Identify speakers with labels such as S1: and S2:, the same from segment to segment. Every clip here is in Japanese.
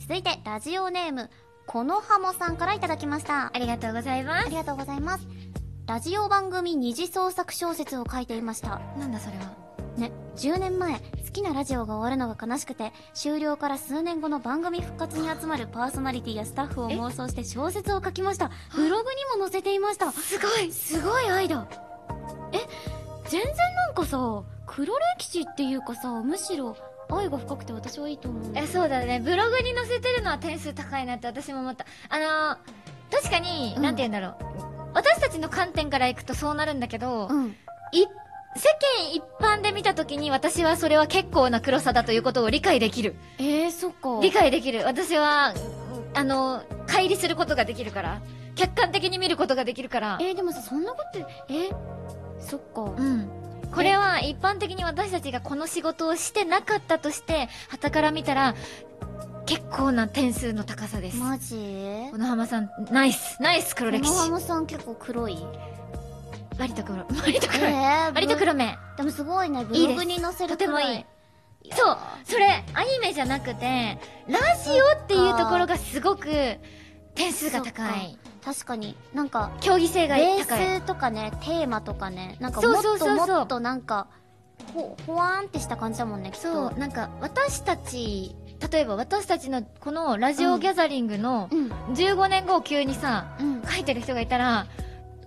S1: 続いてラジオネームこのハモさんからいただきました
S2: ありがとうございま
S1: ありがとうございますラジオ番組二次創作小説を書いていました
S2: すなんだそれは
S1: ね10年前好きなラジオが終わるのが悲しくて終了から数年後の番組復活に集まるパーソナリティやスタッフを
S2: え
S1: 妄想して小説を書きましたブログにも載せていました
S2: すごい
S1: すごい愛だえ全然なんかさ黒歴史っていうかさむしろ愛が深くて私はいいと思うんだ
S2: えそうだねブログに載せてるのは点数高いなって私も思ったあのー確かに、
S1: うん
S2: なんて言うんだろう私たちの観点からいくとそうなるんだけど、
S1: うん
S2: い世間一般で見た時に私はそれは結構な黒さだということを理解できる
S1: えー、そっか
S2: 理解できる私はあの乖離することができるから客観的に見ることができるから
S1: えー、でもさそんなことえそっか
S2: うんこれは一般的に私たちがこの仕事をしてなかったとして傍から見たら結構な点数の高さです
S1: マジ
S2: 小野浜さんナイスナイス黒歴
S1: このハ
S2: 史
S1: ムさん結構黒い
S2: 割と黒割と
S1: え
S2: 黒い
S1: ー
S2: 割と黒目
S1: でもすごいねブ
S2: いい
S1: ロ
S2: で
S1: グ
S2: す
S1: に載せる
S2: とて
S1: く
S2: も
S1: ら
S2: いい
S1: いや
S2: そうそれアニメじゃなくてラジオっていうところがすごく点数が高い
S1: 確かになんか
S2: 競技性が
S1: ベ
S2: 高い
S1: ースとかねテーマとかねなんか
S2: そう
S1: もっ
S2: そう
S1: と
S2: そうそう
S1: もっとなんかほほわーんってした感じだもんねきっと
S2: そうなんか私たち例えば私たちのこのラジオギャザリングの
S1: うん
S2: 15年後を急にさ
S1: うん
S2: 書いてる人がいたら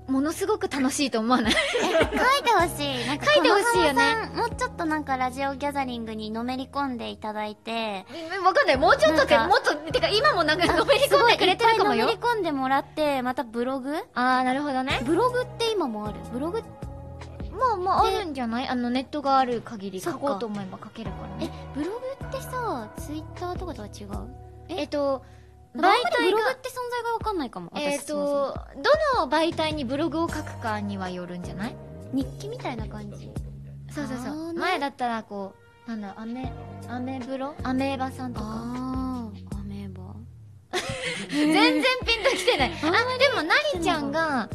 S2: ものすごく楽しいと思わない
S1: 書いてほしいなんか
S2: 書いてほしいよね
S1: この浜さんもうちょっとなんかラジオギャザリングにのめり込んでいただいて
S2: わかんないもうちょっとって
S1: なん
S2: もっとてか今もなんか のめり
S1: す
S2: 込ん
S1: ごい
S2: でくれてるかも
S1: いっぱい
S2: よ
S1: のめり込んでもらってまたブログ
S2: ああなるほどね
S1: ブログって今もあるブログ
S2: まあまああるんじゃないあのネットがある限り
S1: そっ
S2: 書
S1: か
S2: こうと思えば書けるから
S1: え
S2: ね
S1: ブログってさツイッターとかとは違う
S2: えっと
S1: 媒
S2: 媒
S1: 体ブ
S2: 体
S1: ログ
S2: が
S1: って存在が分かんないかも私
S2: えっ
S1: そもそも
S2: とどの媒体にブログを書くかにはよるんじゃない
S1: 日記みたいな感じ
S2: そうそうそ
S1: あー
S2: う
S1: ね
S2: 前だったらこうなんだアメアメブロアメーバさんとか
S1: ああアメーバ
S2: 全然ピンときてないあ
S1: あんま
S2: でもなりちゃんが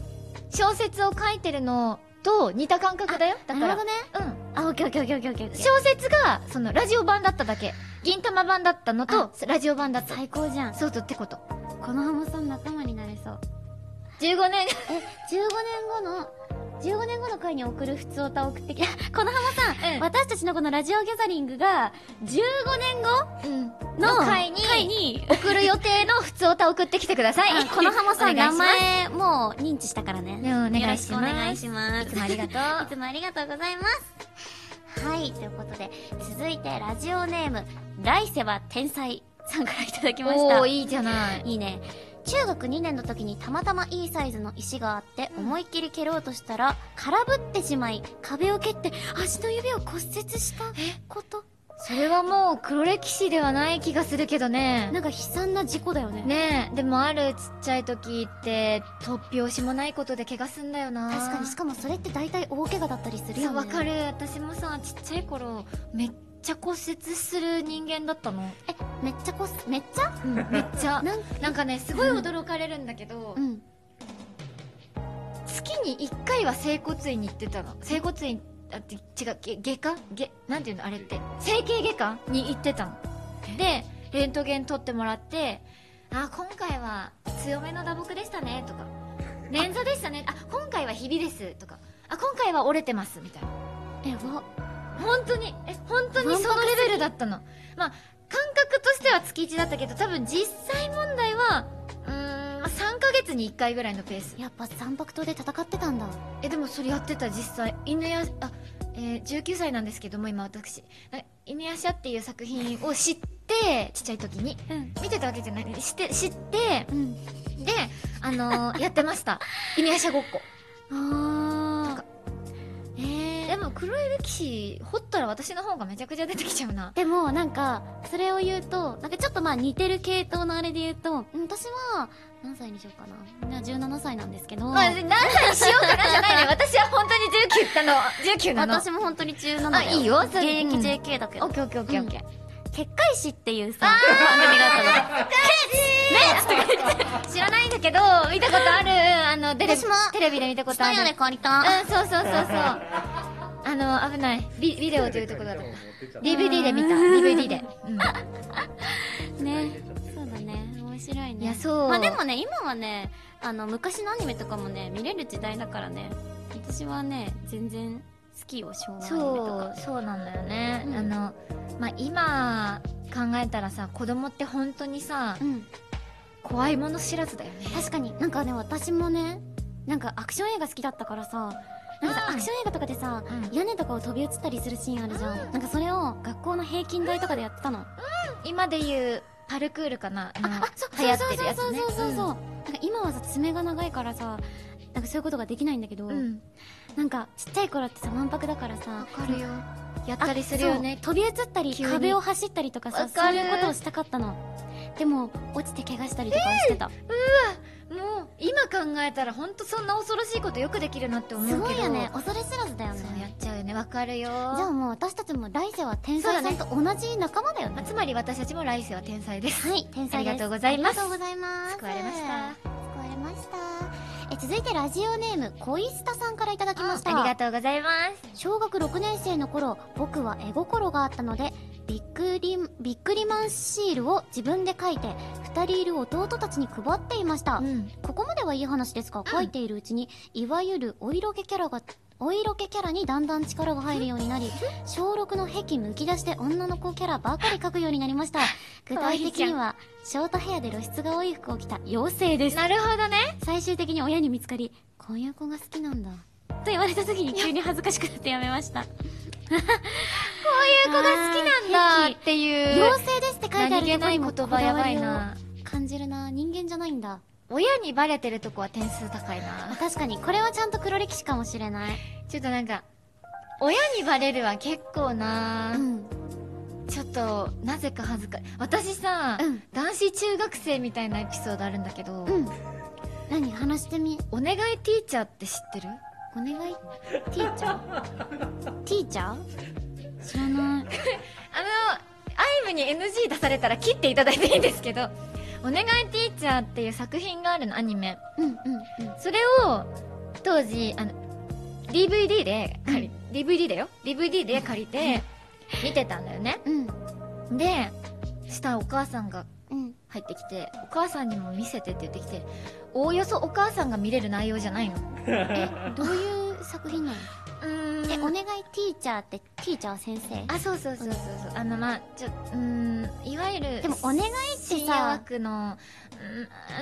S2: 小説を書いてるのと似た感覚だよだ
S1: だ
S2: か
S1: かららね
S2: うん
S1: あオッケーオッケーオッケーオッケーオッケーオッケー
S2: 小説がそのラジオ版だっただけ銀玉版だったのとラジオ版だった
S1: 最高じゃん
S2: そうとってこと
S1: このハモさん仲間になれそう
S2: 15年
S1: え15年後の15年後の回に送る普通歌を送 ってきこのハモさん、
S2: うん
S1: 私たちのこのラジオギャザリングが15年後
S2: うん
S1: の
S2: の回に
S1: 回に
S2: 送る予定の普通歌送ってきてください
S1: あ このハモさん
S2: お願い
S1: 名
S2: します
S1: 前もう認知したからね
S2: ねお願いします
S1: よろくお願いします
S2: いつもありがとう
S1: いつもありがとうございますはいということで続いてラジオネーム来世は天才さんからいただきました
S2: おーいいじゃない
S1: いいね中学2年の時にたまたまいいサイズの石があって思いっきり蹴ろうとしたら空振ってしまい壁を蹴って足の指を骨折したこと
S2: それはもう黒歴史ではない気がするけどね
S1: なんか悲惨な事故だよね
S2: ねえでもあるちっちゃい時って突拍子もないことで怪我すんだよな
S1: 確かにしかもそれって大体大怪我だったりするよ
S2: そう
S1: ね
S2: わかる私もさちっちゃい頃めっちゃ骨折する人間だったの、
S1: えめっちゃこすめっちゃ
S2: うん、めっちゃ
S1: なん
S2: なんかねすごい驚かれるんだけど、
S1: うん
S2: 月に1回は整骨院に行ってたの整骨院あって違うげ外科げなんていうのあれって整形外科に行ってたのでレントゲン取ってもらって「あ今回は強めの打撲でしたね」とか「捻挫でしたね」「あ今回はひびです」とか「あ今回は折れてます」みたいな
S1: えわ
S2: 本当にえ本当にそのレベルだったのまあ感覚としては月1だったけど多分実際問題はうーんまあ3ヶ月に1回ぐらいのペース
S1: やっぱ三白刀で戦ってたんだ
S2: えでもそれやってた実際犬やあ、えー19歳なんですけども今私な犬やしゃっていう作品を知ってちっちゃい時に
S1: うん
S2: 見てたわけじゃない知って知って
S1: うん
S2: であの ーやってました犬やしゃごっこ
S1: ああえー、
S2: でも黒い歴史掘ったら私の方がめちゃくちゃ出てきちゃうな
S1: でもなんかそれを言うとなんかちょっとまあ似てる系統のあれで言うとうん私は何歳にしようかなじゃあ17歳なんですけど、
S2: まあ何歳しようかなじゃないね私は本当に19なの19なの
S1: 私も本当に17
S2: あ
S1: だよ
S2: いいよ
S1: 現
S2: それ
S1: 役
S2: うん
S1: JK だけど、
S2: オッケーオッケーオッケーオッケー、
S1: 結界誌っていうさ番組があったの
S2: 知らないんだけど見たことあるあのテレビ
S1: 私も
S2: テレビで見たこと
S1: 下
S2: ある
S1: 屋で借りた
S2: うん、そうそうそうそう。あの、危ない。ビビデオというところだっ
S3: た
S2: た。DVD で見た。DVD で。うん。
S1: ねそう面白いね
S2: いやそう
S1: まあでもね今はねあの昔のアニメとかもね見れる時代だからね私はね全然好きよ昭和のアニメと
S2: そ
S1: か
S2: うそうなんだよね、
S1: うん
S2: あのまあ今考えたらさ子供って本当にさ
S1: うん
S2: 怖いもの知らずだよね
S1: 確かになんかね私もねなんかアクション映画好きだったからさなんかさ
S2: う
S1: ア
S2: ん
S1: クション映画とかでさ
S2: うん
S1: 屋根とかを飛び移ったりするシーンあるじゃん、なんかそれを学校の平均台とかでやってたの、あ
S2: 今で言うパルクールかなあの
S1: あそう
S2: 流行ってるやつね
S1: そうそうそうそうそう、なんか今はさ爪が長いからさなんかそういうことができないんだけど、
S2: うん
S1: なんかちっちゃい頃ってさ満泊だからさ
S2: わかるよやったりするよね
S1: あそう飛び移ったり
S2: 急に
S1: 壁を走ったりとかさ
S2: わかる
S1: そういうことをしたかったのでも落ちて怪我したりとかはしてた、
S2: もう今考えたら本当そんな恐ろしいことよくできるなって思うけ
S1: す
S2: ど
S1: ごいよね恐れ知らずだよ
S2: そうやっ
S1: ね
S2: ちゃうよねわかるよじ
S1: じゃあもう私たちも来世は天才さんと同じ仲間だよね
S2: まあつまり私たちも来世は天才です
S1: はい天才です
S2: ありがとうございます
S1: ありがとうございます
S2: 救われました
S1: 救われましたえ続いてラジオネーム恋スタさんからいただきました
S2: ありがとうございます
S1: 小学6年生の頃僕は絵心があったのでビックリビックリマンシールを自分で書いて2人いる弟たちに配っていました、
S2: うん
S1: ここまではいい話ですが
S2: ん
S1: 書いているうちに、いわゆるお色気キャラがお色気キャラにだんだん力が入るようになり小6の癖むき出しで女の子キャラばかり描くようになりま した具体的にはショートヘアで露出が多い服を着た妖精です
S2: なるほどね
S1: 最終的に親に見つかりこういう子が好きなんだと言われた時に急に恥ずかしくなってやめました こういう
S2: 子が好きなんだっていう
S1: 妖精ですって書いてあ
S2: 何
S1: ると
S2: 気
S1: こ
S2: ない
S1: に
S2: 言
S1: も
S2: 葉やばいな
S1: 感じるな人間じゃないんだ
S2: 親にバレてるとこは点数高い
S1: あ
S2: な
S1: 確かにこれはちゃんと黒歴史かもしれない
S2: ちょっとなんか親にバレるは結構
S1: う
S2: な、
S1: ん
S2: ちょっとなぜか恥ずか私さ、
S1: うん
S2: 男子中学生みたいなエピソードあるんだけど、
S1: うん何話してみ
S2: お願いティーチャーって知ってる
S1: お願いティーチャーティーチャー知らない
S2: あのアイムに NG 出されたら切っていただいていいんですけど「お願いティーチャー」っていう作品があるのアニメ
S1: うんうんうん
S2: それを当時あの DVD で借り、DVD だよ DVD で借りて見てたんだよね
S1: うん
S2: でしたお母さんが
S1: うん
S2: 入ってきてお母さんにも見せてって言ってきておおよそお母さんが見れる内容じゃないの
S1: えどういう作品なの
S2: うん
S1: えお願いティーチャーってティーチャーは先生
S2: あそうそうそうそうそうあのまあちょうんいわゆる
S1: でもお願いって
S2: 新
S1: さ
S2: 枠の、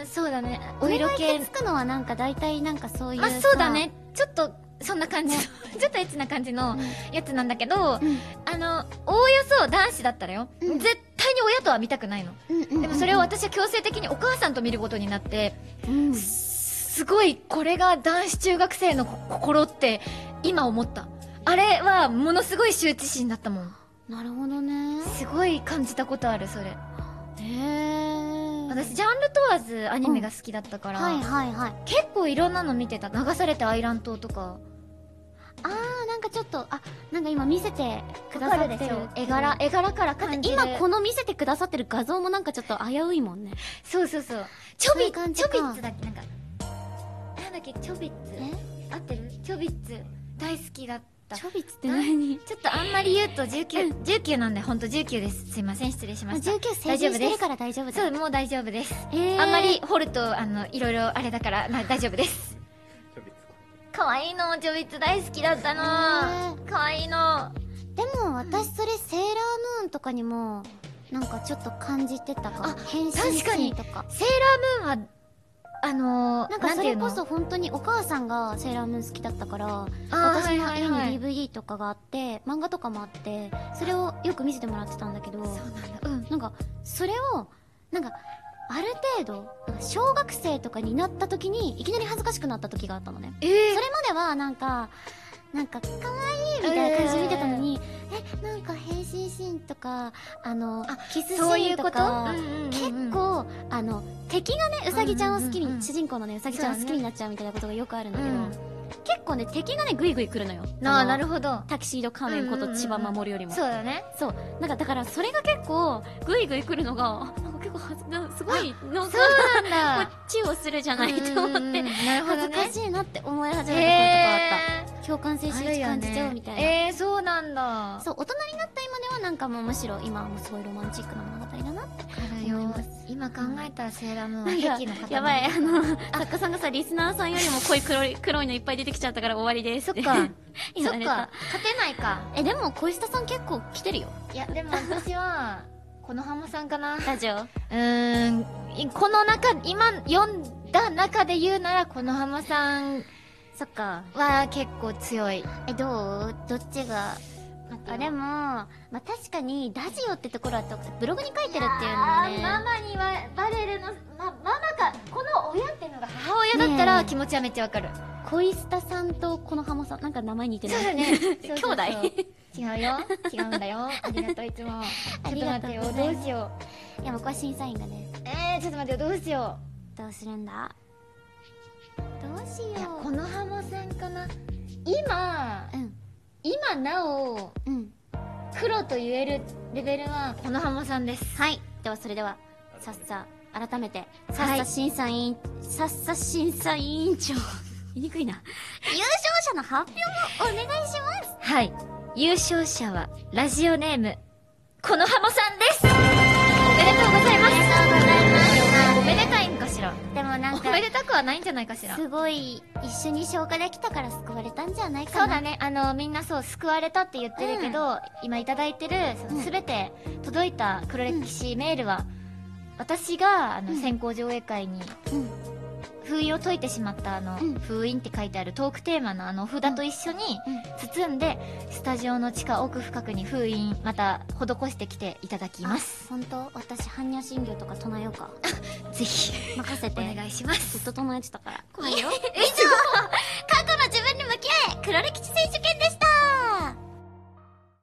S2: うん、そうだね
S1: お
S2: お
S1: 色
S2: 色
S1: 気
S2: 気
S1: つくのはなんか大体なんかそういう
S2: まあ
S1: さ
S2: そうだねちょっとそんな感じの ちょっとエッチな感じ
S1: う
S2: の
S1: ん
S2: やつなんだけど、
S1: うん
S2: あのおおよそ男子だったらよ、
S1: うん
S2: 絶対に親とは見たくないの
S1: うんうん
S2: でもそれを私は強制的にお母さんと見ることになって、
S1: うん
S2: すごいこれが男子中学生の心って今思ったあれはものすごい羞恥心だったもん
S1: なるほどね
S2: すごい感じたことあるそれ
S1: へえ
S2: 私ジャンル問わずアニメが好きだったから、
S1: はいはいはい
S2: 結構いろんなの見てた流されてアイラン島とか
S1: あーなんかちょっとあなんか今見せてくださってる
S2: 絵柄絵柄から
S1: だって
S2: 感じる
S1: 今この見せてくださってる画像もなんかちょっと危ういもんね
S2: そうそうそうチョ
S1: そういう
S2: ビ
S1: 感じ
S2: チ
S1: か
S2: ョビッツだっけなんかなんだっけチョビッツ合ってるチョビッツ大好きだった
S1: ちょびつって 何
S2: ちょっとあんまり言うと19、19なんで、ほんと19です。すいません、失礼しました。
S1: 19成人してるから大丈夫
S2: そ
S1: だ
S2: う、もう大丈夫です。
S1: えー
S2: あんまり掘ると、あの、いろいろあれだから、まあ大丈夫です。可愛いの、ジョビッツ大好きだったの。
S1: ね
S2: 可愛いの。
S1: でも私それセーラームーンとかにもなんかちょっと感じてたかも
S2: あ
S1: 変身シーンとか
S2: セーラームーンは、あのー、
S1: なんかそ
S2: てい
S1: れ
S2: うの
S1: こそ本当にお母さんがセーラームーン好きだったから
S2: あー
S1: 私の家に
S2: はいはいはい
S1: DVD とかがあって漫画とかもあってそれをよく見せてもらってたんだけど
S2: そうなんだ。うん。
S1: なんかそれをなんかある程度なんか小学生とかになった時にいきなり恥ずかしくなった時があったのね
S2: え
S1: それまではなんかなんか可愛いみたいな感じで見てたのに、えなんか変身シーンとかあの
S2: あ
S1: キスシ
S2: そうい
S1: ー
S2: う
S1: ンと
S2: こと
S1: か
S2: 結
S1: 結構あの敵がねうさぎちゃんを好きに、
S2: うんうんうん
S1: 主人公のねうさぎちゃんを好きになっちゃうみたいなことがよくあるんだけど、
S2: うん
S1: 結構ね敵がねグイグイ来るのよ
S2: な
S1: あ
S2: あ、
S1: の
S2: なるほど。
S1: タキシード仮面こと千葉守よりも、
S2: そうだね。
S1: そうなんかだからそれが結構グイグイ来るのがあなんか結構はずなすごいのが
S2: そうなん
S1: こ
S2: だ。
S1: っちをするじゃないと思って
S2: なるほ
S1: 恥
S2: ど
S1: ず
S2: ね。
S1: かしいなって思い始めたことがあ
S2: え
S1: った、共感性周知感じちゃうみたいな、
S2: えー、そうなんだ
S1: そう大人になった今ではなんかもうむしろ今はもうすごいロマンチックな物語だなって
S2: ある
S1: 思います
S2: 今考えたらセーラームーン
S1: なん
S2: は
S1: か
S2: 壁の方
S1: やばい、あの、作家さんがさ、リスナーさんよりも濃い黒い、黒いのいっぱい出てきちゃったから終わりです。
S2: そっ か
S1: 言わ
S2: そっ
S1: れ
S2: か
S1: た。
S2: 勝てないか
S1: え、でも、小下さん結構来てるよ。
S2: いやでも私はこの浜さんかなう
S1: ラジオ。
S2: ーんいこの中今読んだ中で言うならこの浜さん
S1: そっか。
S2: は結構強い
S1: え、どうどっちが。あ、でも、まあ、確かに、ラジオってところはと、ブログに書いてるっていうのはね。
S2: ママにはバレるの、ま、ママかこの親っていうのが母親だった
S1: ね
S2: ら
S1: え
S2: 気持ちはめっちゃわかる、
S1: 小下さんとこの浜さん、なんか名前似てる。
S2: そうだね
S1: 兄弟
S2: 違うよ違うんだよありがとういつ も
S1: あ
S2: ちょっ
S1: り
S2: と
S1: が
S2: 待
S1: と
S2: っ
S1: う
S2: てよ
S1: ございます
S2: どうしよ
S1: いや、僕は審査員がね、
S2: うえー、ちょっと待ってよどうしよ
S1: どうするんだどうし
S2: ういや
S1: よ
S2: この浜さんかな今
S1: う。うん、
S2: 今なお
S1: うん。
S2: 黒と言えるレベルはこの浜さんです
S1: はい。では、それでは、さっさ、改めて、さ
S2: は
S1: っ
S2: い
S1: さ審査委員、さっさ審査委員長。言いにくいな。優勝者の発表もお願いします。
S2: はい優勝者はラジオネームこの浜さんですおめでとうございますおめでたいんかしら
S1: でもなん
S2: お
S1: か、
S2: めでたくはないんじゃないかしら
S1: すごい、一緒に消化できたから救われたんじゃないかな。
S2: そうだねあのみんなそう救われたって言ってるけど、今いただいてるその
S1: うん
S2: 全て届いた黒歴史メールは、私があの
S1: うん
S2: 先行上映会に
S1: うん。
S2: 封印を解いてしまったあの、
S1: うん
S2: 封印って書いてあるトークテーマのあの札と一緒に
S1: うん
S2: 包んで、スタジオの地下奥深くに封印また施してきていただきます
S1: あ本当私、般若心経とか唱えようか。
S2: ぜひ
S1: 任せ
S2: お
S1: て。
S2: 願いします
S1: ずっ と唱えてたから。
S2: 怖いよ
S1: 以上過去の自分に向き合え黒歴史選手権でし